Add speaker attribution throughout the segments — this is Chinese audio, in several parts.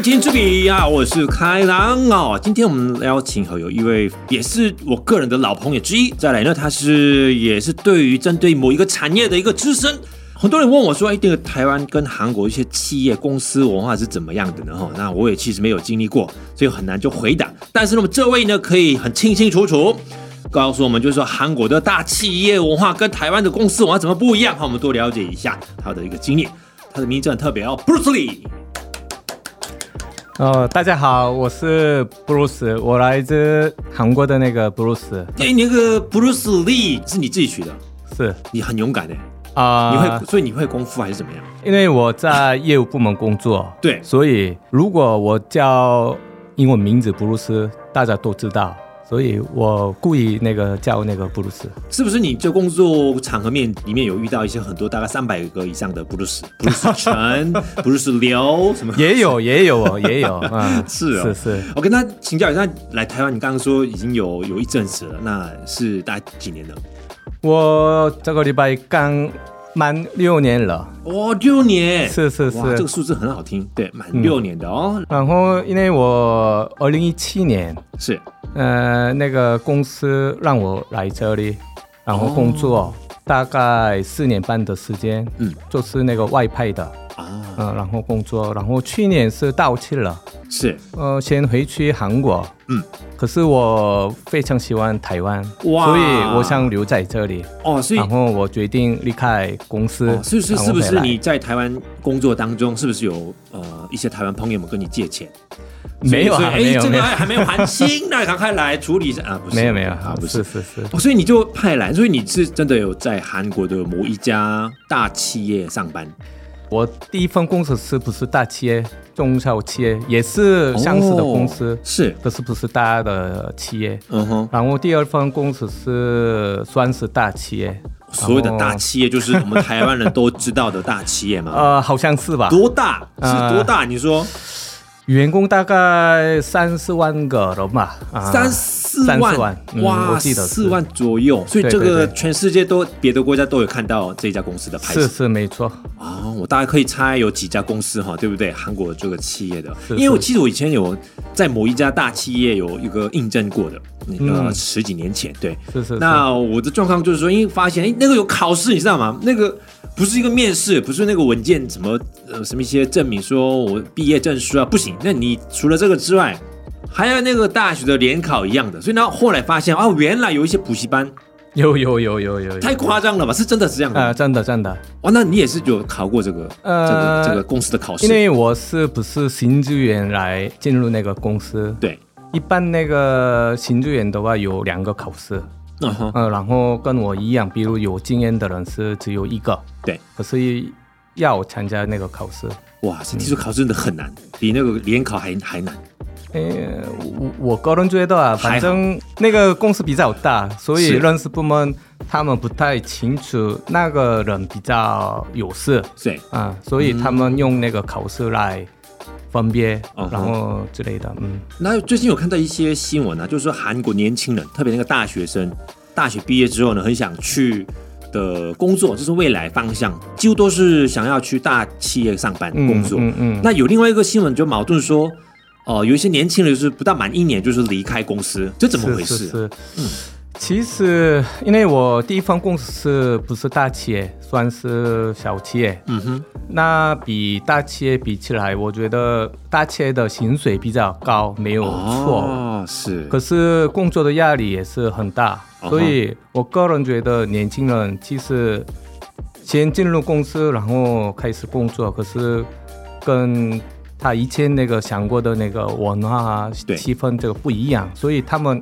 Speaker 1: 听这里呀、我是开朗哦。今天我们邀请和有一位也是我个人的老朋友之一，再来呢，他是也是对于针对某一个产业的一个资深。很多人问我说：“哎，这个台湾跟韩国一些企业公司文化是怎么样的呢？”哈，那我也其实没有经历过，所以很难就回答。但是呢，我们这位呢，可以很清清楚楚告诉我们，就是说韩国的大企业文化跟台湾的公司文化怎么不一样？哈，我们多了解一下他的一个经历。他的名字很特别哦，Bruce Lee。
Speaker 2: 哦，大家好，我是布鲁斯，我来自韩国的那个布鲁斯，
Speaker 1: 哎，你那个 Bruce Lee 是你自己取的，
Speaker 2: 是
Speaker 1: 你很勇敢哎，
Speaker 2: 啊，
Speaker 1: 你会、所以你会功夫还是怎么样？
Speaker 2: 因为我在业务部门工作，
Speaker 1: 对
Speaker 2: 所以如果我叫英文名字布鲁斯，大家都知道，所以我故意那个叫那个 布鲁斯，
Speaker 1: 是不是你这工作场合面里面有遇到一些很多大概三百个以上的 Bruce Bruce 陈 Bruce 刘什么？
Speaker 2: 也有也有哦，也有，啊，
Speaker 1: 是哦
Speaker 2: 是是，
Speaker 1: 我跟他请教一下，来台湾你刚刚说已经有有一阵子了，那是大概几年了？
Speaker 2: 我这个礼拜刚满六年了，
Speaker 1: 哦，六年，
Speaker 2: 是是
Speaker 1: 哇，这个
Speaker 2: 是，
Speaker 1: 数字很好听，对，满六年的哦，
Speaker 2: 然后因为我二零一七年。
Speaker 1: 是
Speaker 2: 呃，那个公司让我来这里，然后工作、大概四年半的时间，
Speaker 1: 哦嗯，
Speaker 2: 就是那个外派的，
Speaker 1: 啊，
Speaker 2: 嗯、然后工作，然后去年是到期了，
Speaker 1: 是
Speaker 2: 呃，先回去韩国，
Speaker 1: 嗯，
Speaker 2: 可是我非常喜欢台湾，
Speaker 1: 哇
Speaker 2: 所以我想留在这里，
Speaker 1: 哦，所以
Speaker 2: 然后我决定离开公司，
Speaker 1: 哦，是是
Speaker 2: 然后
Speaker 1: 是不
Speaker 2: 回
Speaker 1: 是
Speaker 2: 来
Speaker 1: 你在台湾工作当中，是不是有呃一些台湾朋友们跟你借钱？
Speaker 2: 没有
Speaker 1: 所
Speaker 2: 啊，
Speaker 1: 以
Speaker 2: 没
Speaker 1: 哎，
Speaker 2: 有
Speaker 1: 这
Speaker 2: 没
Speaker 1: 个
Speaker 2: 有
Speaker 1: 还还没有还清，那赶快来处理一下啊！不是，
Speaker 2: 没有没有
Speaker 1: 啊，不
Speaker 2: 是
Speaker 1: 是。
Speaker 2: 是是，
Speaker 1: 哦，所以你就派来，所以你是真的有在韩国的某一家大企业上班，
Speaker 2: 我第一份工作是不是大企业、中小企业，也是相似的公司。
Speaker 1: 哦是，
Speaker 2: 可是不是大的企业。
Speaker 1: 嗯哼，
Speaker 2: 然后第二份公司是算是大企业，
Speaker 1: 所谓的大企业就是我
Speaker 2: 哦
Speaker 1: 们台湾人都知道的大企业 嘛，
Speaker 2: 呃，好像是吧？
Speaker 1: 多大
Speaker 2: 呃
Speaker 1: 是多大？你说
Speaker 2: 员工大概三四万个人吧，啊、
Speaker 1: 三四
Speaker 2: 三
Speaker 1: 万
Speaker 2: 四万，嗯
Speaker 1: 哇，
Speaker 2: 我记得是
Speaker 1: 四万左右，所以
Speaker 2: 对
Speaker 1: 这
Speaker 2: 对
Speaker 1: 个
Speaker 2: 对
Speaker 1: 全世界都别的国家都有看到这家公司的牌子
Speaker 2: 是。是没错，
Speaker 1: 哦，我大概可以猜有几家公司哈，对不对？韩国这个企业的，
Speaker 2: 是
Speaker 1: 因为我记得我以前有在某一家大企业有一个应征过的，那个
Speaker 2: 嗯
Speaker 1: 十几年前，对。
Speaker 2: 是是是
Speaker 1: 那我的状况就是说，因为发现哎，那个有考试，你知道吗？那个不是一个面试，不是那个文件什么呃什么一些证明，说我毕业证书啊，不行。那你除了这个之外，还有那个大学的联考一样的。所以呢，后来发现哦，原来有一些补习班
Speaker 2: 有有有有有有，
Speaker 1: 太夸张了吧？是真的是这样的吗？
Speaker 2: 呃，真的真的，
Speaker 1: 哇，那你也是有考过这个、这个
Speaker 2: 呃
Speaker 1: 这个公司的考试？
Speaker 2: 因为我是不是行职员来进入那个公司？
Speaker 1: 对，
Speaker 2: 一般那个行职员的话有两个考试，
Speaker 1: 嗯哼，
Speaker 2: 呃，然后跟我一样，比如有经验的人是只有一个，
Speaker 1: 对，
Speaker 2: 可是要参加那个考试。
Speaker 1: 哇，这听说考试真的很难，比那个联考还还难。
Speaker 2: 诶，我我个人觉得
Speaker 1: 还
Speaker 2: 啊，
Speaker 1: 好
Speaker 2: 反正那个公司比较大，所以
Speaker 1: 是
Speaker 2: 人事部门他们不太清楚那个人比较有事
Speaker 1: 对，
Speaker 2: 啊，所
Speaker 1: 嗯
Speaker 2: 以他们用那个考试来分别，
Speaker 1: 嗯哼
Speaker 2: 然后之类的，嗯，
Speaker 1: 那最近有看到一些新闻啊，就是说韩国年轻人，特别那个大学生，大学毕业之后呢，很想去的工作，就是未来方向，几乎都是想要去大企业上班
Speaker 2: 嗯
Speaker 1: 工作。
Speaker 2: 嗯嗯，
Speaker 1: 那有另外一个新闻就矛盾说，哦、有一些年轻人就是不到满一年就是离开公司，这怎么回事、嗯
Speaker 2: 是是是其实，因为我第一份公司不是大企业，算是小企业。
Speaker 1: 嗯哼，
Speaker 2: 那比大企业比起来，我觉得大企业的薪水比较高，没有错。
Speaker 1: 哦，是，
Speaker 2: 可是工作的压力也是很大，
Speaker 1: 嗯哼
Speaker 2: 所以我个人觉得年轻人其实先进入公司，然后开始工作，可是跟他以前那个想过的那个文化啊
Speaker 1: 对
Speaker 2: 气氛这个不一样，所以他们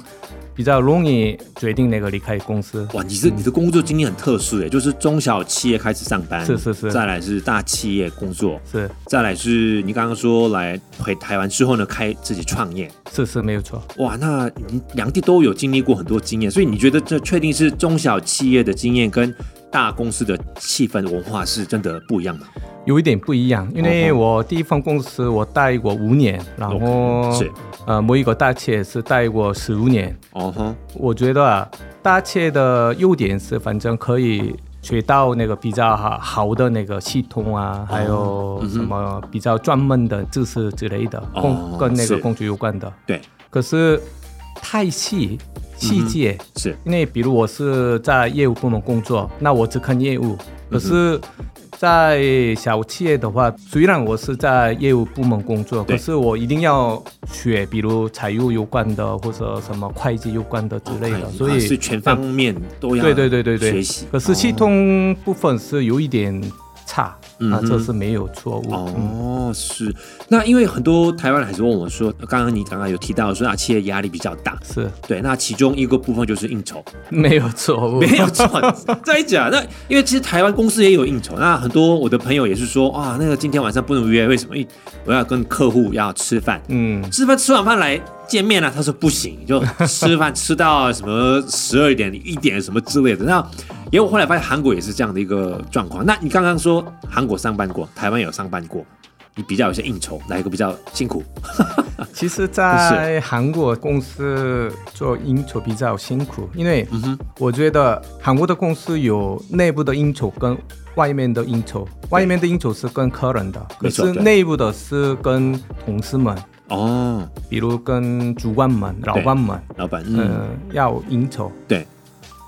Speaker 2: 比较容易决定那个离开公司。
Speaker 1: 哇，你这你的工作经历很特殊诶，就是中小企业开始上班，
Speaker 2: 是是是
Speaker 1: 再来是大企业工作，
Speaker 2: 是
Speaker 1: 再来是你刚刚说来回台湾之后呢，开自己创业，
Speaker 2: 是是没有错，
Speaker 1: 哇，那你两地都有经历过很多经验，所以你觉得这确定是中小企业的经验跟大公司的气氛文化是真的不一样吗？
Speaker 2: 有一点不一样，因为
Speaker 1: 嗯哼
Speaker 2: 我第一份公司我待过五年，然后
Speaker 1: OK，是
Speaker 2: 呃某一个大企业是待过十五年。
Speaker 1: 哦哼，
Speaker 2: 我觉得啊，大企业的优点是，反正可以学到那个比较好好的那个系统啊，还有什么比较专门的知识之类的，
Speaker 1: 哦
Speaker 2: 工跟那
Speaker 1: 是
Speaker 2: 个工具有关的。
Speaker 1: 对，
Speaker 2: 可是太细
Speaker 1: 嗯
Speaker 2: 细节，
Speaker 1: 是
Speaker 2: 因为比如我是在业务部门工作，那我只看业务。可
Speaker 1: 嗯
Speaker 2: 是，在小企业的话，虽然我是在业务部门工作，
Speaker 1: 对
Speaker 2: 可是我一定要学，比如财务有关的或者什么会计有关的之类的，
Speaker 1: 哦
Speaker 2: 所
Speaker 1: 啊
Speaker 2: 以
Speaker 1: 是全方面都要
Speaker 2: 对对对对对
Speaker 1: 学习。
Speaker 2: 可是系统部分是有一点差，
Speaker 1: 嗯
Speaker 2: 啊，
Speaker 1: 哼
Speaker 2: 这是没有错误。嗯
Speaker 1: 哦，是。那因为很多台湾人还是问我说，刚刚你刚刚有提到说啊，企业压力比较大，
Speaker 2: 是
Speaker 1: 对，那其中一个部分就是应酬，
Speaker 2: 没有错误，
Speaker 1: 没有错。再讲，那因为其实台湾公司也有应酬，那很多我的朋友也是说啊，那个今天晚上不能约，为什么？因为我要跟客户要吃饭，
Speaker 2: 嗯，
Speaker 1: 吃饭吃完饭来见面啊，他说不行，就吃饭吃到什么十二点一点什么之类的。那因为我后来发现韩国也是这样的一个状况。那你刚刚说韩国上班过，台湾有上班过，你比较有些应酬，哪一个比较辛苦？
Speaker 2: 其实，在韩国公司做应酬比较辛苦，因为我觉得韩国的公司有内部的应酬跟外面的应酬，外面的应酬是跟客人的，
Speaker 1: 没
Speaker 2: 可
Speaker 1: 错
Speaker 2: 是
Speaker 1: 对
Speaker 2: 内部的是跟同事们，
Speaker 1: 哦，
Speaker 2: 比如跟主管们、老板们，
Speaker 1: 老板，
Speaker 2: 嗯、
Speaker 1: 嗯，
Speaker 2: 要应酬。
Speaker 1: 对。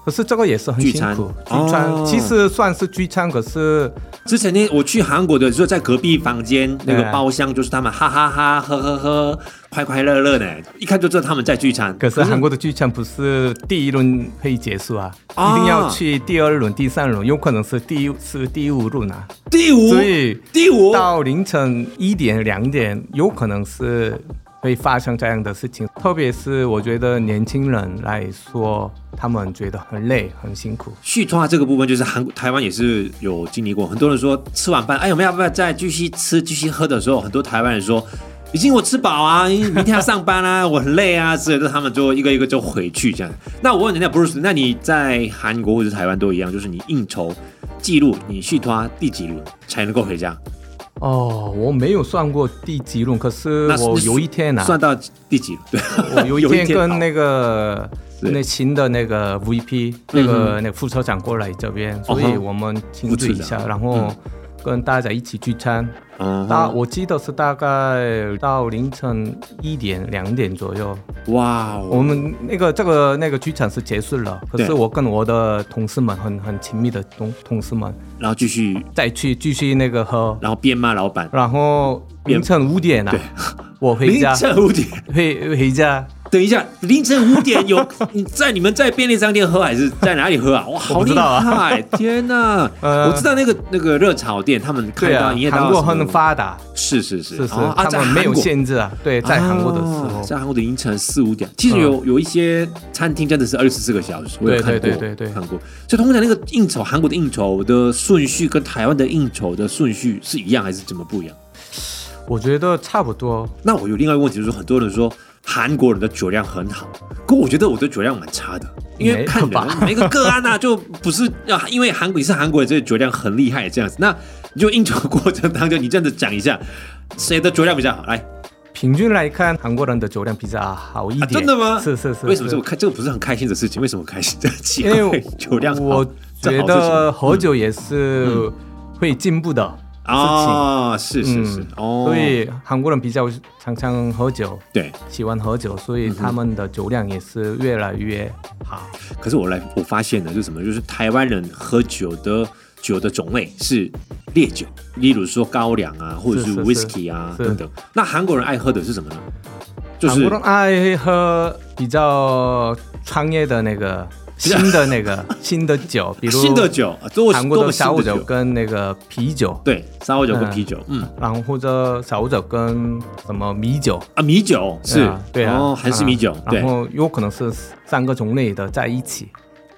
Speaker 2: 可是这个也是很
Speaker 1: 聚
Speaker 2: 辛
Speaker 1: 餐
Speaker 2: 苦，聚
Speaker 1: 哦
Speaker 2: 餐、其实算是聚餐，可是
Speaker 1: 之前呢，我去韩国的时候，在隔壁房间那
Speaker 2: 对
Speaker 1: 个包厢，就是他们哈哈哈、呵呵呵、快快乐乐呢，一看就知道他们在聚餐。
Speaker 2: 可是韩国的聚餐不是第一轮可以结束啊，
Speaker 1: 啊
Speaker 2: 一定要去第二轮、第三轮，有可能是第是第五轮啊，
Speaker 1: 第五，
Speaker 2: 所以
Speaker 1: 第五，
Speaker 2: 到凌晨一点、两点，有可能是会发生这样的事情。特别是我觉得年轻人来说，他们觉得很累、很辛苦。
Speaker 1: 续托这个部分，就是韩国台湾也是有经历过。很多人说吃晚饭，哎，我们要不要再继续吃、继续喝的时候，很多台湾人说。已经我吃饱啊，明天要上班啊，我很累啊之类的，他们就一个一个就回去这样。那我问人家 Bruce，那你在韩国或者台湾都一样，就是你应酬记录，你续托第几轮才能够回家？
Speaker 2: 哦，我没有算过第几轮，可是
Speaker 1: 那是
Speaker 2: 我有一天啊，
Speaker 1: 算到第几轮？对，
Speaker 2: 我有一天跟
Speaker 1: 好
Speaker 2: 那个
Speaker 1: 是
Speaker 2: 那新的那个 VP
Speaker 1: 嗯
Speaker 2: 那个那个副车长过来这边，所以我们庆祝一
Speaker 1: 副车
Speaker 2: 下，
Speaker 1: 长
Speaker 2: 然后跟大家一起聚餐。
Speaker 1: 哦嗯
Speaker 2: 大我记得是大概到凌晨一点两点左右，
Speaker 1: 哇哦，
Speaker 2: 我们那个这个那个聚餐是结束了，可是
Speaker 1: 对
Speaker 2: 我跟我的同事们很很亲密的同同事们
Speaker 1: 然后继续，
Speaker 2: 再去继续那个喝，
Speaker 1: 然后边骂老板，
Speaker 2: 然后
Speaker 1: 也
Speaker 2: 凌晨五点啊，我回
Speaker 1: 凌
Speaker 2: 家
Speaker 1: 晨五点。
Speaker 2: 回回家。
Speaker 1: 等一下，凌晨五点有 你在你们在便利商店喝还是在哪里喝啊？ 哇，好
Speaker 2: 不
Speaker 1: 厉
Speaker 2: 知道啊
Speaker 1: 害！天哪，
Speaker 2: 呃
Speaker 1: 我知道那个那个热炒店，他们开
Speaker 2: 对
Speaker 1: 到
Speaker 2: 啊
Speaker 1: 营业，到
Speaker 2: 韩国
Speaker 1: 什么
Speaker 2: 很发达，
Speaker 1: 是是是
Speaker 2: 是是，
Speaker 1: 哦啊，
Speaker 2: 他
Speaker 1: 在
Speaker 2: 们没有
Speaker 1: 韩国
Speaker 2: 限制啊。对，在
Speaker 1: 아.
Speaker 2: 韩国的时
Speaker 1: 啊
Speaker 2: 候，嗯
Speaker 1: 在韩国的凌晨四五点，其实有、有一些餐厅真的是二十四个小时，我有看过，
Speaker 2: 对对对对对
Speaker 1: 看过。所以通常那个应酬，韩国的应酬的顺序跟台湾的应酬的顺序是一样还是怎么不一样？
Speaker 2: 我觉得差不多。
Speaker 1: 那我有另外一个问题，就是很多人说韩国人的酒量很好，可我觉得我的酒量蛮差的，因为
Speaker 2: 没
Speaker 1: 看
Speaker 2: 办
Speaker 1: 人每个个案啊，就不是啊，因为韩国也是韩国人，这酒量很厉害这样子。那你就应酬过程当中，你这样子讲一下，谁的酒量比较好？来，
Speaker 2: 平均来看，韩国人的酒量比较好一点。
Speaker 1: 啊真的吗
Speaker 2: 是是是。
Speaker 1: 为什么
Speaker 2: 是
Speaker 1: 这么开？这个不是很开心的事情，为什么开心？ 这奇
Speaker 2: 因为
Speaker 1: 怪
Speaker 2: 我，
Speaker 1: 酒量好
Speaker 2: 我
Speaker 1: 这好事
Speaker 2: 觉
Speaker 1: 情
Speaker 2: 得喝酒也是会进步的事
Speaker 1: 啊，是
Speaker 2: 情。嗯
Speaker 1: 是是，哦，
Speaker 2: 所以韩国人比较常常喝酒，
Speaker 1: 对。
Speaker 2: 喜欢喝酒，所以他们的酒量也是越来越好。
Speaker 1: 可是我来，我发现的就是什么？就是台湾人喝酒的酒的种类是烈酒，例如说高粱啊，或者
Speaker 2: 是
Speaker 1: 是
Speaker 2: 是
Speaker 1: whisky 啊
Speaker 2: 是
Speaker 1: 等等。那韩国人爱喝的是什么呢？就
Speaker 2: 韩
Speaker 1: 是啊
Speaker 2: 国人爱喝比较创业的那个
Speaker 1: 比较
Speaker 2: 新的那个新的酒，比如
Speaker 1: 新的酒，啊多
Speaker 2: 韩国
Speaker 1: 多
Speaker 2: 的
Speaker 1: 么新
Speaker 2: 小
Speaker 1: 的
Speaker 2: 酒跟那个啤酒，
Speaker 1: 对，沙窝酒跟
Speaker 2: 嗯
Speaker 1: 啤酒，嗯
Speaker 2: 然后或者小酒跟什么米酒。
Speaker 1: 啊，米酒
Speaker 2: 对
Speaker 1: 是
Speaker 2: 啊，对啊，
Speaker 1: 哦，韩式米酒
Speaker 2: 啊，
Speaker 1: 对
Speaker 2: 然，后有可能是三个种类的在一起，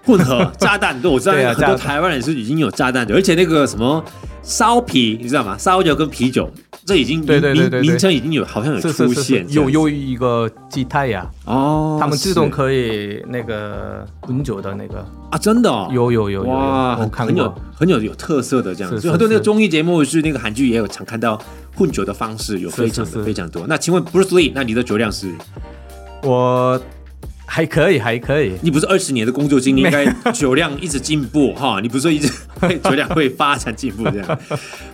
Speaker 1: 混合炸弹，对，我知道
Speaker 2: 对啊
Speaker 1: 很多
Speaker 2: 炸弹
Speaker 1: 台湾人是已经有炸弹酒，而且那个什么烧啤，你知道吗？沙窝酒跟啤酒，这已经
Speaker 2: 对对对
Speaker 1: 名
Speaker 2: 对对
Speaker 1: 名称已经有好像有
Speaker 2: 是是
Speaker 1: 呃出
Speaker 2: 是是
Speaker 1: 现，，
Speaker 2: 有有一个基态呀，
Speaker 1: 哦，
Speaker 2: 他们自
Speaker 1: 是
Speaker 2: 动可以那个滚酒的那个，
Speaker 1: 啊，真的、哦、
Speaker 2: 有有有有有，
Speaker 1: 哇，
Speaker 2: 我
Speaker 1: 很
Speaker 2: 看
Speaker 1: 很有
Speaker 2: 过，
Speaker 1: 很有有特色的这样，
Speaker 2: 是
Speaker 1: 子，
Speaker 2: 是
Speaker 1: 所以很多那个
Speaker 2: 是
Speaker 1: 综艺节目是那个韩剧也有常看到混酒的方式有
Speaker 2: 是
Speaker 1: 非常
Speaker 2: 是
Speaker 1: 的
Speaker 2: 是
Speaker 1: 非常多。那请问 Bruce Lee，那你的酒量是？
Speaker 2: 我还可以还可以，
Speaker 1: 你不是二十年的工作经历，应该酒量一直进步哈？你不是说一直酒量会发展进步这样。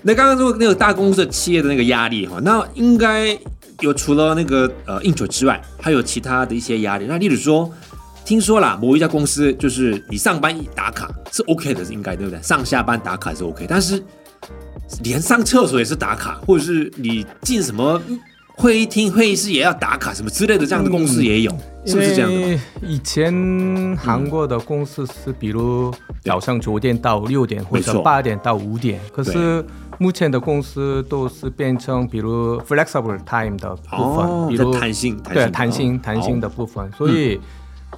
Speaker 1: 那刚刚说那个大公司的企业的那个压力哈，那应该有除了那个呃应酬之外，还有其他的一些压力。那例如说，听说啦，某一家公司就是你上班打卡是 OK 的，应该对不对？上下班打卡是 OK，但是连上厕所也是打卡，或者是你进什么会议厅、会议室也要打卡什么之类的，这样的公司也有，
Speaker 2: 嗯
Speaker 1: 是不是这样的？
Speaker 2: 以前韩国的公司是，比如早上九点到六点，或
Speaker 1: 没
Speaker 2: 者
Speaker 1: 错
Speaker 2: 八点到五点。可是目前的公司都是变成，比如 flexible time 的部分，
Speaker 1: 哦
Speaker 2: 比如
Speaker 1: 这弹性弹性
Speaker 2: 对
Speaker 1: 的
Speaker 2: 弹性
Speaker 1: 哦
Speaker 2: 弹性的部分。所以，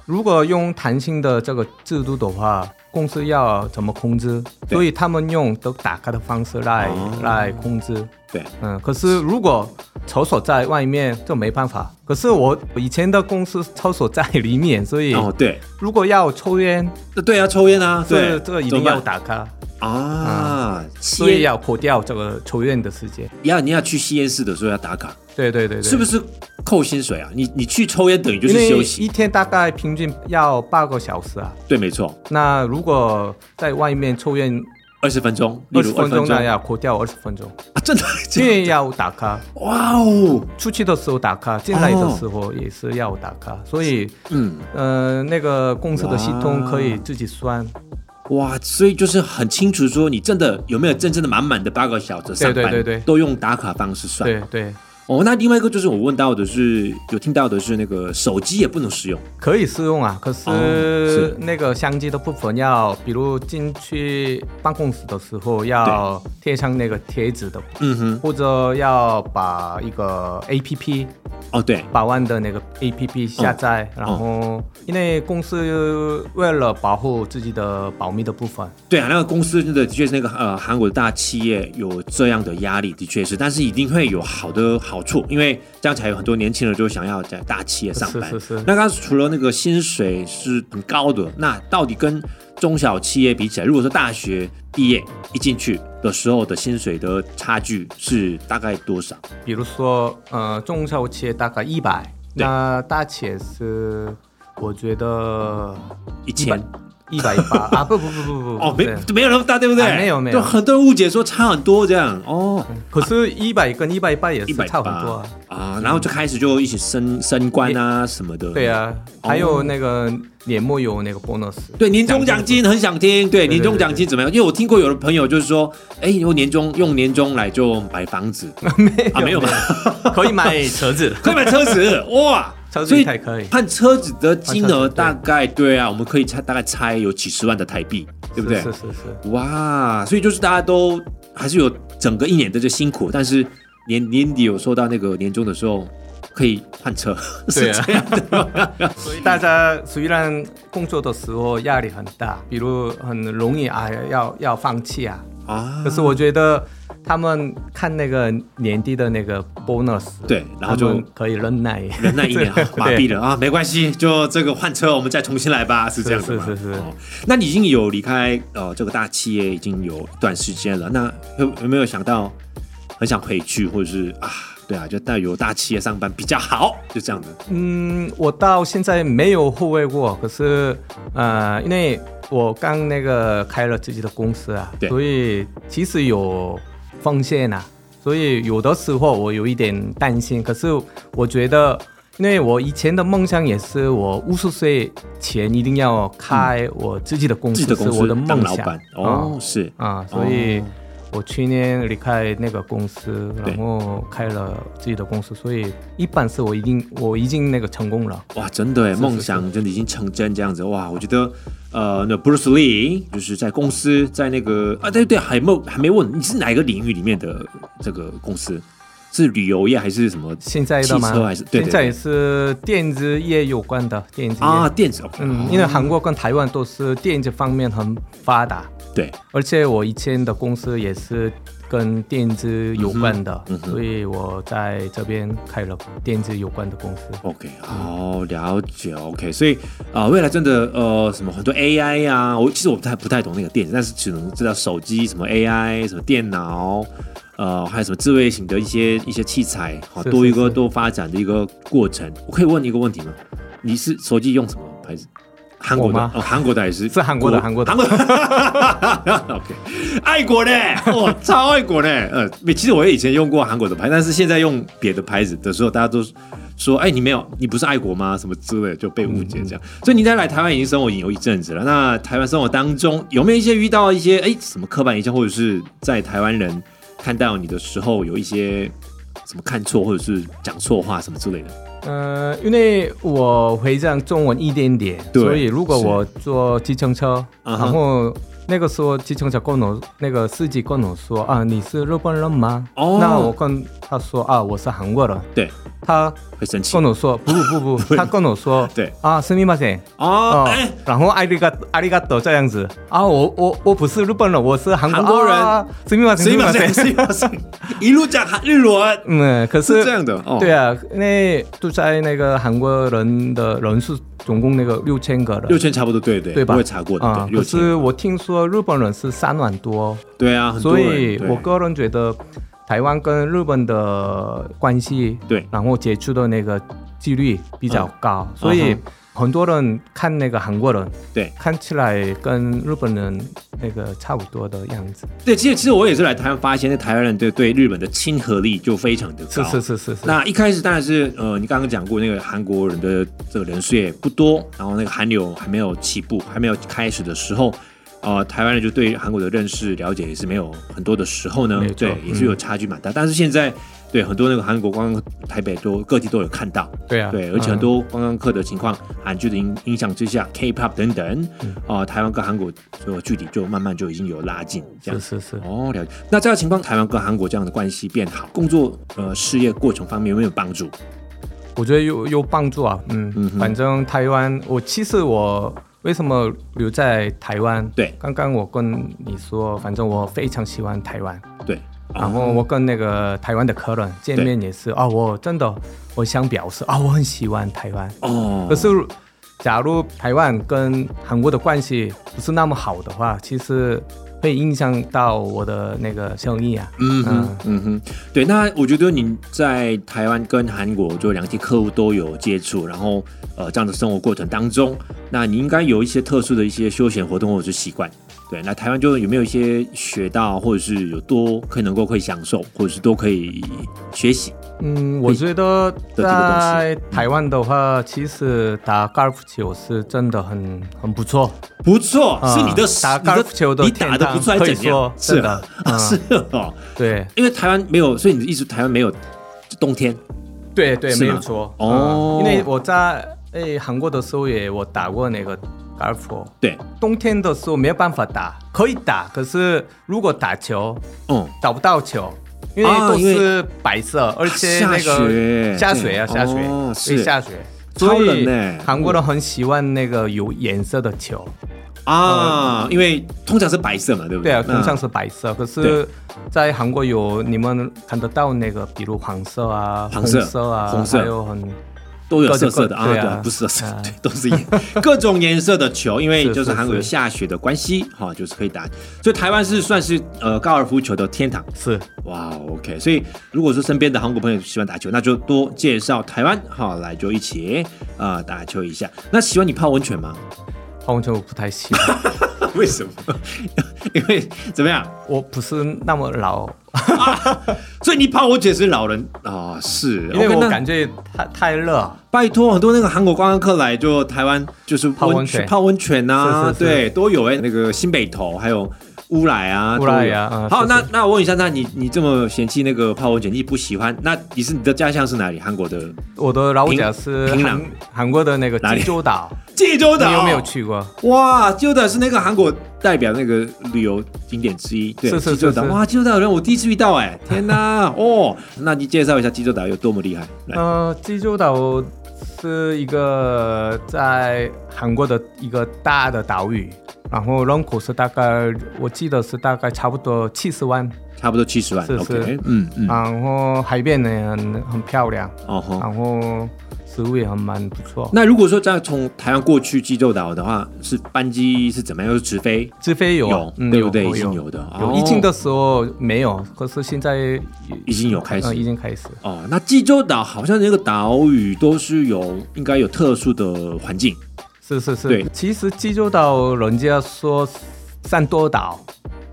Speaker 2: 如果用弹性的这个制度的话，公司要怎么控制？
Speaker 1: 对
Speaker 2: 所以他们用的打卡的方式来、
Speaker 1: 哦
Speaker 2: 来控制。
Speaker 1: 对，
Speaker 2: 嗯，可是如果厕所在外面，这没办法。可是我以前的公司厕所在里面，所以
Speaker 1: 哦对，
Speaker 2: 如果要抽烟，
Speaker 1: 那对啊，抽烟啊，对
Speaker 2: 哦这，这个一
Speaker 1: 怎么
Speaker 2: 定要
Speaker 1: 办
Speaker 2: 打卡，
Speaker 1: 啊，吸
Speaker 2: 所以
Speaker 1: 烟
Speaker 2: 要扣掉这个抽烟的时间。
Speaker 1: 要你要去吸烟室的时候要打卡，
Speaker 2: 对对对对，
Speaker 1: 是不是扣薪水啊？你你去抽烟等于就
Speaker 2: 因
Speaker 1: 是
Speaker 2: 为
Speaker 1: 休
Speaker 2: 一
Speaker 1: 息，
Speaker 2: 天大概平均要八个小时啊。
Speaker 1: 对，没错，
Speaker 2: 那如果在外面抽烟
Speaker 1: 二十分钟，例
Speaker 2: 二
Speaker 1: 如
Speaker 2: 十
Speaker 1: 20
Speaker 2: 分钟，那
Speaker 1: 啊，
Speaker 2: 要扣掉二十分 钟，
Speaker 1: 真的，
Speaker 2: 因
Speaker 1: 这
Speaker 2: 为要打卡。
Speaker 1: 哇哦，
Speaker 2: 出去的时候打卡，进来的时候也是要打卡，所以
Speaker 1: 嗯，
Speaker 2: 呃，那个公司的系统可以自己算，
Speaker 1: 哇，所以就是很清楚说你真的有没有真正的满满的八个小时上班，
Speaker 2: 对对对对
Speaker 1: 都用打卡方式算。
Speaker 2: 对对，
Speaker 1: 哦，那另外一个就是我问到的是，有听到的是那个手机也不能使用，
Speaker 2: 可以试用啊。可
Speaker 1: 哦
Speaker 2: 是那个相机的部分要，比如进去办公室的时候要贴上那个贴纸的，
Speaker 1: 嗯哼，
Speaker 2: 或者要把一个 A P P
Speaker 1: 哦对，
Speaker 2: 百万的那个 A P P 下载，然后因为公司为了保护自己的保密的部分，
Speaker 1: 对啊，那个公司真的的确是那个呃韩国的大企业有这样的压力，的确是，但是一定会有好的好处，因为这样才有很多年轻人就想要在大企业上班。
Speaker 2: 是是是
Speaker 1: 那刚刚除了那个薪水是很高的，那到底跟中小企业比起来，如果说大学毕业一进去的时候的薪水的差距是大概多少？
Speaker 2: 比如说呃中小企业大概一百，
Speaker 1: 对
Speaker 2: 那大企业是我觉得
Speaker 1: 一千？
Speaker 2: 一百 八啊，不不不不不，
Speaker 1: 哦，没
Speaker 2: 对
Speaker 1: 没有那么大，对不对？
Speaker 2: 啊没有没有
Speaker 1: 就很多人误解说差很多这样哦。
Speaker 2: 可是，一百跟一百八也
Speaker 1: 一
Speaker 2: 是
Speaker 1: 百
Speaker 2: 差很多啊。
Speaker 1: 啊，然后就开始就一起升升官啊什么的。
Speaker 2: 对啊，
Speaker 1: 哦
Speaker 2: 还有那个年末有那个 bonus，
Speaker 1: 对年终奖金很想听，对
Speaker 2: 对
Speaker 1: 年终奖金怎么样？因为我听过有的朋友就是说，哎，用年终用年终来就买房 子啊，没有 买，
Speaker 2: 可以买车子
Speaker 1: 可以买车子哇，
Speaker 2: 车子
Speaker 1: 所以
Speaker 2: 才可以
Speaker 1: 看车子的金
Speaker 2: 看车
Speaker 1: 额
Speaker 2: 子对
Speaker 1: 大概对啊，我们可以猜大概猜有几十万的台币，对不对
Speaker 2: 是？是是是，
Speaker 1: 哇，所以就是大家都还是有整个一年的这辛苦，但是年年底有收到那个年终的时候可以换车，
Speaker 2: 对
Speaker 1: 是
Speaker 2: 啊
Speaker 1: 这样 的吗。
Speaker 2: 大家虽然工作的时候压力很大，比如很容易啊要要放弃啊，
Speaker 1: 啊
Speaker 2: 可是我觉得他们看那个年底的那个 bonus，
Speaker 1: 对然后就
Speaker 2: 他们可以忍耐，，
Speaker 1: 忍耐一年啊
Speaker 2: 对
Speaker 1: 麻痹了啊，没关系，就这个换车，我们再重新来 吧，是这样子吗？
Speaker 2: 是是是
Speaker 1: 哦，那你已经有离开呃这个大企业已经有一段时间了，那有有没有想到很想回去，或者是啊，对啊，就带有大企业上班比较好，就这样的。
Speaker 2: 嗯，我到现在没有后悔过，可是呃，因为我刚那个开了自己的公司啊
Speaker 1: 对，
Speaker 2: 所以其实有风险啊，所以有的时候我有一点担心。可是我觉得，因为我以前的梦想也是我五十岁前一定要开我自己的公
Speaker 1: 嗯自
Speaker 2: 司，
Speaker 1: 己的公
Speaker 2: 是我的
Speaker 1: 司当
Speaker 2: 梦
Speaker 1: 老
Speaker 2: 想
Speaker 1: 板哦，是
Speaker 2: 啊、所
Speaker 1: 哦
Speaker 2: 以我去年离开那个公司，
Speaker 1: 对
Speaker 2: 然后开了自己的公司，所以一般是我已经我已经那个成功了。
Speaker 1: 哇，真的耶，
Speaker 2: 是
Speaker 1: 梦想真的已经成真这样子哇！我觉得，呃，那 Bruce Lee 就是在公司，在那个啊，对对，还没有还没问你是哪一个领域里面的这个公司，是旅游业还是什么
Speaker 2: 现在的吗？
Speaker 1: 汽车还是对对对
Speaker 2: 现在也是电子业有关的电子业。
Speaker 1: 啊？电子，
Speaker 2: 嗯
Speaker 1: 哦，
Speaker 2: 因为韩国跟台湾都是电子方面很发达，
Speaker 1: 对，
Speaker 2: 而且我以前的公司也是跟电子有关的，
Speaker 1: 嗯哼嗯哼
Speaker 2: 所以我在这边开了电子有关的公司。
Speaker 1: OK，好了解。OK，所以啊、呃未来真的呃，什么很多 AI 啊，我其实我不太不太懂那个电子，但是只能知道手机什么 AI，什么电脑，呃，还有什么智慧型的一些一些器材，好、
Speaker 2: 是
Speaker 1: 多一
Speaker 2: 是
Speaker 1: 个
Speaker 2: 是
Speaker 1: 多发展的一个过程。我可以问你一个问题吗？你是手机用什么牌子？韩国的
Speaker 2: 我吗
Speaker 1: 哦，韩国的还是
Speaker 2: 是韩国的韩国的
Speaker 1: 韩国的。OK，爱 国呢，我、超爱国呢。呃，其实我也以前用过韩国的牌，但是现在用别的牌子的时候，大家都说：“哎，你没有，你不是爱国吗？”什么之类的就被误解这样。
Speaker 2: 嗯
Speaker 1: 所以你在来台湾已经生活已经有一阵子了，那台湾生活当中有没有一些遇到一些哎什么刻板印象，或者是在台湾人看到你的时候有一些什么看错，或者是讲错话什么之类的？
Speaker 2: 呃，因为我会讲中文一点点，
Speaker 1: 对
Speaker 2: 所以如果
Speaker 1: 是
Speaker 2: 我坐计程车，
Speaker 1: 啊哈
Speaker 2: 然后那个时候计程车跟我那个司机跟我说啊，你是日本人吗？
Speaker 1: 哦
Speaker 2: 那我跟他说啊，我是韩国人。
Speaker 1: 对，
Speaker 2: 他
Speaker 1: 会生气
Speaker 2: 跟我说不不不不，他跟我说
Speaker 1: 对
Speaker 2: 啊，すみません。
Speaker 1: 哦
Speaker 2: 哦，
Speaker 1: 哎、
Speaker 2: 然后阿里嘎阿里嘎多这样子啊，我我我不是日本人，我是韩
Speaker 1: 韩国人
Speaker 2: 啊すみません，
Speaker 1: 谁
Speaker 2: すみ
Speaker 1: 嘛
Speaker 2: ませ
Speaker 1: 谁
Speaker 2: ん。
Speaker 1: 谁嘛谁， 一路啊讲韩日文，
Speaker 2: 嗯，可
Speaker 1: 是这样的哦。
Speaker 2: 对
Speaker 1: 啊，
Speaker 2: 啊，因为住在那个韩国人的人数总共那个六千个人，
Speaker 1: 六千差不多，对对，
Speaker 2: 对吧？
Speaker 1: 我也查过的，
Speaker 2: 啊、
Speaker 1: 对，
Speaker 2: 可
Speaker 1: 六千，
Speaker 2: 是我听说日本人是三万多，
Speaker 1: 对啊，很多
Speaker 2: 所
Speaker 1: 人
Speaker 2: 以
Speaker 1: 对
Speaker 2: 我个人觉得台湾跟日本的关系，
Speaker 1: 对
Speaker 2: 然后接触的那个几率比较高，所以
Speaker 1: 嗯
Speaker 2: 很多人看那个韩国人
Speaker 1: 对
Speaker 2: 看起来跟日本人那个差不多的样子，
Speaker 1: 对，其实其实我也是来台湾发现，那台湾人对对日本的亲和力就非常的高，
Speaker 2: 是是是是是，
Speaker 1: 那一开始当然是呃，你刚刚讲过那个韩国人的这个人数也不多，然后那个韩流还没有起步，还没有开始的时候，呃，台湾人就对韩国的认识了解也是没有很多的时候呢
Speaker 2: 没，错嗯
Speaker 1: 对，也是有差距蛮大。但是现在对很多那个韩国观光台北都各地都有看到，
Speaker 2: 对啊，
Speaker 1: 对，而且很
Speaker 2: 嗯
Speaker 1: 多观光客的情况，韩剧的影影响之下，K-pop 等等，
Speaker 2: 嗯
Speaker 1: 啊、台湾跟韩国所有距离就慢慢就已经有拉近，这样
Speaker 2: 是是是。
Speaker 1: 哦，了解。那这样的情况，台湾跟韩国这样的关系变好，工作呃事业过程方面有没有帮助？
Speaker 2: 我觉得有有帮助啊，嗯，
Speaker 1: 嗯哼
Speaker 2: 反正台湾，我其实我为什么留在台湾？
Speaker 1: 对
Speaker 2: 刚刚我跟你说，反正我非常喜欢台湾，
Speaker 1: 对，
Speaker 2: 然后我跟那个台湾的客人见面也是啊，我真的我想表示啊，我很喜欢台湾，
Speaker 1: 哦，
Speaker 2: 可是。假如台湾跟韩国的关系不是那么好的话，其实会影响到我的那个生意啊。
Speaker 1: 嗯哼嗯哼，对。那我觉得你在台湾跟韩国就两地客户都有接触，然后呃这样的生活过程当中，那你应该有一些特殊的一些休闲活动或者是习惯。对，那台湾就有没有一些学到，或者是有多可以能够可以享受，或者是多可以学习？
Speaker 2: 嗯，我觉得
Speaker 1: 这个东西
Speaker 2: 在台湾的话，其实打高尔夫球是真的很很不错。
Speaker 1: 不错，
Speaker 2: 啊
Speaker 1: 是你的
Speaker 2: 打
Speaker 1: 你
Speaker 2: 高尔夫球的
Speaker 1: 你打的不错，还
Speaker 2: 天堂
Speaker 1: 是怎样？
Speaker 2: 可以说
Speaker 1: 是
Speaker 2: 真
Speaker 1: 啊
Speaker 2: 的，
Speaker 1: 啊
Speaker 2: 嗯
Speaker 1: 是哦，
Speaker 2: 对
Speaker 1: 因为台湾没有，所以你一直台湾没有冬天
Speaker 2: 对对，
Speaker 1: 是
Speaker 2: 没
Speaker 1: 吗
Speaker 2: 有错。
Speaker 1: 哦
Speaker 2: 嗯因为我在诶韩国的时候也我打过那个高尔夫，
Speaker 1: 对，
Speaker 2: 冬天的时候没有办法打，可以打，可是如果打球
Speaker 1: 嗯，
Speaker 2: 找不到球。因为
Speaker 1: 啊
Speaker 2: 都
Speaker 1: 因为
Speaker 2: 是白色，而且
Speaker 1: 下
Speaker 2: 那
Speaker 1: 雪
Speaker 2: 个下水啊，
Speaker 1: 对
Speaker 2: 下水
Speaker 1: 哦，
Speaker 2: 对
Speaker 1: 是
Speaker 2: 下雪，
Speaker 1: 超
Speaker 2: 所
Speaker 1: 冷
Speaker 2: 以
Speaker 1: 呢
Speaker 2: 韩国人很喜欢那个有颜色的球。
Speaker 1: 啊，因为通常是白色嘛，对不
Speaker 2: 呃对啊，
Speaker 1: 那
Speaker 2: 通常是白色，可
Speaker 1: 嗯对
Speaker 2: 是，在韩国有你们看得到那个，比如黄色啊、
Speaker 1: 黄色
Speaker 2: 红色啊，
Speaker 1: 红色
Speaker 2: 还有很
Speaker 1: 都有
Speaker 2: 各
Speaker 1: 色
Speaker 2: 种
Speaker 1: 色的啊，
Speaker 2: 各
Speaker 1: 对
Speaker 2: 对啊
Speaker 1: 啊，不是色
Speaker 2: 啊，
Speaker 1: 对，都是颜各种颜色的球，因为
Speaker 2: 是
Speaker 1: 就是
Speaker 2: 是
Speaker 1: 韩国有
Speaker 2: 是
Speaker 1: 下雪的关系，哈，就是可以打，所以台湾是算是呃高尔夫球的天堂。
Speaker 2: 是
Speaker 1: 哇，OK，所以如果说身边的韩国朋友喜欢打球，那就多介绍台湾哈来就一起啊、呃打球一下。那喜欢你泡温泉吗？
Speaker 2: 完全我不太喜欢，
Speaker 1: 为什么？ 因为怎么样？
Speaker 2: 我不是那么老，
Speaker 1: 所以你泡温泉是老人啊、是，
Speaker 2: 因为
Speaker 1: OK，
Speaker 2: 我
Speaker 1: 那
Speaker 2: 感觉太太热。啊
Speaker 1: 拜托，很多那个韩国观光客来就台湾就是
Speaker 2: 泡温泉
Speaker 1: 泡温泉呐、
Speaker 2: 是是是
Speaker 1: 对，都有哎、那个新北投还有乌来啊，
Speaker 2: 乌来
Speaker 1: 呀、
Speaker 2: 啊啊
Speaker 1: 好，
Speaker 2: 是
Speaker 1: 那那我问一下，那你你这么嫌弃那个泡温泉，你不喜欢？那你是你的家乡是哪里？韩国的
Speaker 2: 我的老家是
Speaker 1: 平平壤
Speaker 2: 韩韩国的那个
Speaker 1: 哪里
Speaker 2: 济州岛，
Speaker 1: 济州岛，
Speaker 2: 你有没有去过？
Speaker 1: 哇，济州岛是那个韩国代表那个旅游景点之一，对，
Speaker 2: 是是
Speaker 1: 济州岛。
Speaker 2: 是是
Speaker 1: 哇，济州岛人我第一次遇到哎、天哪， 哦，那你介绍一下济州岛有多么厉害？来，
Speaker 2: 呃，济州岛是一个在韩国的一个大的岛屿，然后人口是大概我记得是大概差不多七十万。
Speaker 1: 差不多七十万
Speaker 2: 是啊是
Speaker 1: ，OK，嗯嗯，
Speaker 2: 然后海边呢很很漂亮，
Speaker 1: 哦吼。
Speaker 2: 然后食物也很蛮不错。
Speaker 1: 那如果说再从台湾过去济州岛的话，是班机是怎么样？就是直飞？
Speaker 2: 直飞有，
Speaker 1: 有
Speaker 2: 嗯、
Speaker 1: 对不对
Speaker 2: 有
Speaker 1: 已经有
Speaker 2: 有
Speaker 1: 的哦
Speaker 2: 有疫情的时候没有，可是现在也
Speaker 1: 已经有开始
Speaker 2: 嗯已经开始。
Speaker 1: 哦，那济州岛好像那个岛屿都是有应该有特殊的环境，
Speaker 2: 是是
Speaker 1: 对
Speaker 2: 是，其实济州岛人家说三多岛，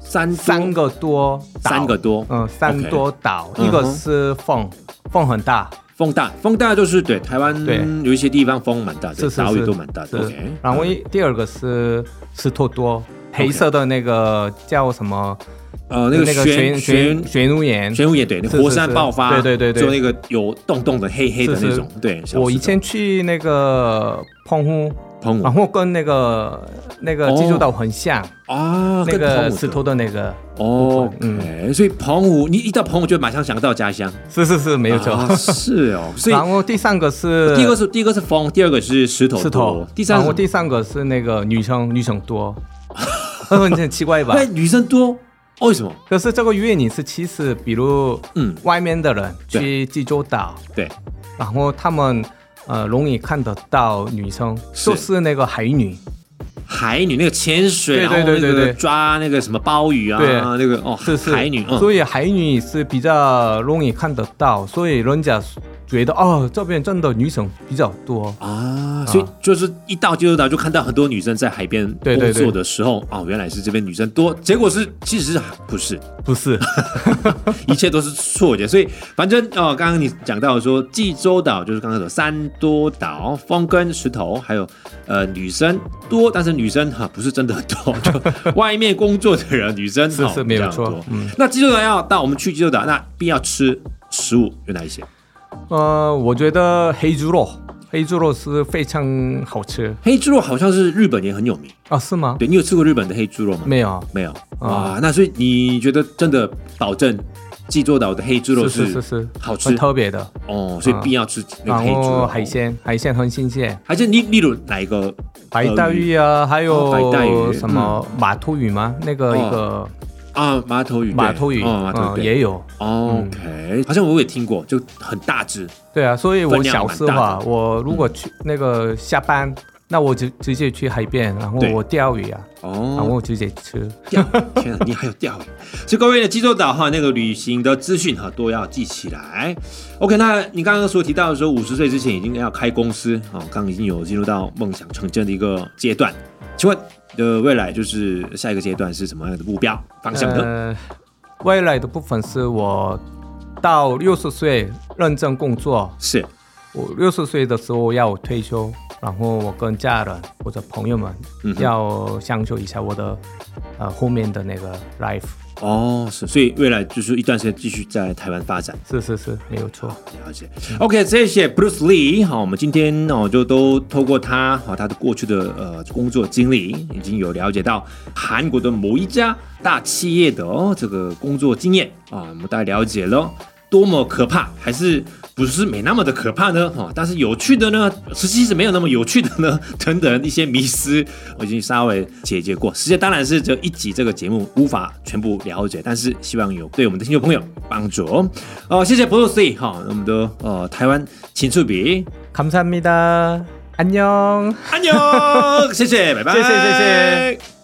Speaker 1: 三多
Speaker 2: 三个多岛，
Speaker 1: 三个多
Speaker 2: 嗯，三
Speaker 1: OK 嗯
Speaker 2: 多岛，
Speaker 1: 嗯哼
Speaker 2: 一个是风，风很大，
Speaker 1: 风大，风大就是对台湾
Speaker 2: 对
Speaker 1: 有一些地方风蛮大的，
Speaker 2: 是是
Speaker 1: 岛屿
Speaker 2: 是
Speaker 1: 都蛮大的。
Speaker 2: 是
Speaker 1: OK，嗯
Speaker 2: 然后一第二个是石头多，黑色的那个叫什么？
Speaker 1: 呃，那个
Speaker 2: 玄
Speaker 1: 旋旋
Speaker 2: 玄玄武岩。
Speaker 1: 玄武也对，那
Speaker 2: 是是
Speaker 1: 火山爆发，
Speaker 2: 是对对对对
Speaker 1: 就那个有洞洞的黑黑的
Speaker 2: 是
Speaker 1: 那
Speaker 2: 是
Speaker 1: 种，对。小
Speaker 2: 我以
Speaker 1: 石头
Speaker 2: 前去那个澎湖，
Speaker 1: 澎
Speaker 2: 然
Speaker 1: 湖
Speaker 2: 后跟那个那个
Speaker 1: 哦
Speaker 2: 济州岛很像，
Speaker 1: 啊，
Speaker 2: 那
Speaker 1: 跟澎
Speaker 2: 个
Speaker 1: 湖
Speaker 2: 石
Speaker 1: 的
Speaker 2: 头的那个，
Speaker 1: 哦，
Speaker 2: 嗯
Speaker 1: 嗯，所以澎湖，你一到澎湖就马上想到家乡，
Speaker 2: 是是是，没有错。
Speaker 1: 啊是 哦，所以
Speaker 2: 然后第三个是
Speaker 1: 第一个是第一个是风，第二个是石头多，
Speaker 2: 石头，
Speaker 1: 第三
Speaker 2: 然
Speaker 1: 个
Speaker 2: 后
Speaker 1: 是
Speaker 2: 第三个是那个女生，女生多， 很很奇怪吧？
Speaker 1: 喂女生多，哦为什么？
Speaker 2: 可是这个原因是，其实比如
Speaker 1: 嗯
Speaker 2: 外面的人
Speaker 1: 对
Speaker 2: 去济州岛，
Speaker 1: 对，
Speaker 2: 然后他们呃容易看得到女生，
Speaker 1: 是
Speaker 2: 就是那个海女，
Speaker 1: 海女那个潜水，
Speaker 2: 对对
Speaker 1: 然后
Speaker 2: 对对
Speaker 1: 那个
Speaker 2: 对
Speaker 1: 抓那个什么鲍鱼啊，
Speaker 2: 对
Speaker 1: 那个哦，
Speaker 2: 是是
Speaker 1: 海女，嗯，
Speaker 2: 所以海女是比较容易看得到，所以人家觉得哦，这边真的女生比较多。
Speaker 1: 啊，所以就是一到济州岛就看到很多女生在海边
Speaker 2: 对对
Speaker 1: 工
Speaker 2: 对
Speaker 1: 作的时候，哦，原来是这边女生多，结果是其实不是，
Speaker 2: 不是，
Speaker 1: 一切都是错觉。所以反正哦，刚刚你讲到说济州岛就是刚刚说三多岛、风跟石头，还有呃女生多，但是女生哈、不是真的很多，就外面工作的人女生
Speaker 2: 是
Speaker 1: 哦
Speaker 2: 是没有
Speaker 1: 比较
Speaker 2: 错嗯
Speaker 1: 多。那济州岛要到我们去济州岛，那必要吃食物有哪一些？
Speaker 2: 呃，我觉得黑猪肉，黑猪肉是非常好吃
Speaker 1: 黑猪肉好像是日本也很有名，
Speaker 2: 啊，是吗？
Speaker 1: 对你有吃过日本的黑猪肉吗？
Speaker 2: 没有，
Speaker 1: 没有啊，那所以你觉得真的保证济州岛的黑猪肉
Speaker 2: 是是是是，
Speaker 1: 好吃
Speaker 2: 很特别的。
Speaker 1: 哦，所以必要吃那个
Speaker 2: 然
Speaker 1: 黑猪
Speaker 2: 后
Speaker 1: 肉
Speaker 2: 海，鲜，海鲜很新鲜，
Speaker 1: 还是例例如哪一个
Speaker 2: 白带鱼啊，还
Speaker 1: 哦白带
Speaker 2: 有
Speaker 1: 鱼
Speaker 2: 什么马头鱼吗？那个一个
Speaker 1: 啊？马头鱼，对
Speaker 2: 马头鱼，
Speaker 1: 哦，马头
Speaker 2: 嗯，
Speaker 1: 鱼
Speaker 2: 也
Speaker 1: 对哦
Speaker 2: 有。
Speaker 1: OK，好像我也听过，就很大只
Speaker 2: 对啊，所以我
Speaker 1: 分量
Speaker 2: 小
Speaker 1: 蛮
Speaker 2: 时
Speaker 1: 大
Speaker 2: 候啊，
Speaker 1: 的
Speaker 2: 我如果去那个下班，那我就直接去海边，然后
Speaker 1: 对
Speaker 2: 我钓鱼啊，然后
Speaker 1: 哦。
Speaker 2: 我直接吃。
Speaker 1: 钓，天啊，你 还有钓鱼！所以各位呢，济州岛哈那个旅行的资讯哈都要记起来。OK，那你刚刚所提到的说，五十岁之前已经要开公司哦，刚刚已经有进入到梦想成真的一个阶段。请问你的未来就是下一个阶段是什么样的目标方向呢？
Speaker 2: 呃，未来的部分是我到六十岁认真工作，
Speaker 1: 是
Speaker 2: 我六十岁的时候要退休，然后我跟家人或者朋友们
Speaker 1: 嗯哼
Speaker 2: 要享受一下我的呃后面的那个 life。
Speaker 1: 哦，是，所以未来就是一段时间继续在台湾发展。
Speaker 2: 是是是，没有错。
Speaker 1: 了解，OK，谢谢 Bruce Lee。好，我们今天哦就都透过他哦他的过去的呃工作经历，已经有了解到韩国的某一家大企业的哦这个工作经验啊、我们大概了解了多么可怕，还是不是没那么的可怕呢？哈、但是有趣的呢，实际是没有那么有趣的呢， 等等一些迷思，我已经稍微解决过。时间当然是只有一集这个节目无法全部了解，但是希望有对我们的听众朋友帮助哦。哦、谢谢 Bruce Lee 哈、我们的呃台湾秦处比，
Speaker 2: 감사합니다. 안녕.
Speaker 1: 안녕，谢谢，拜拜，
Speaker 2: 谢谢谢谢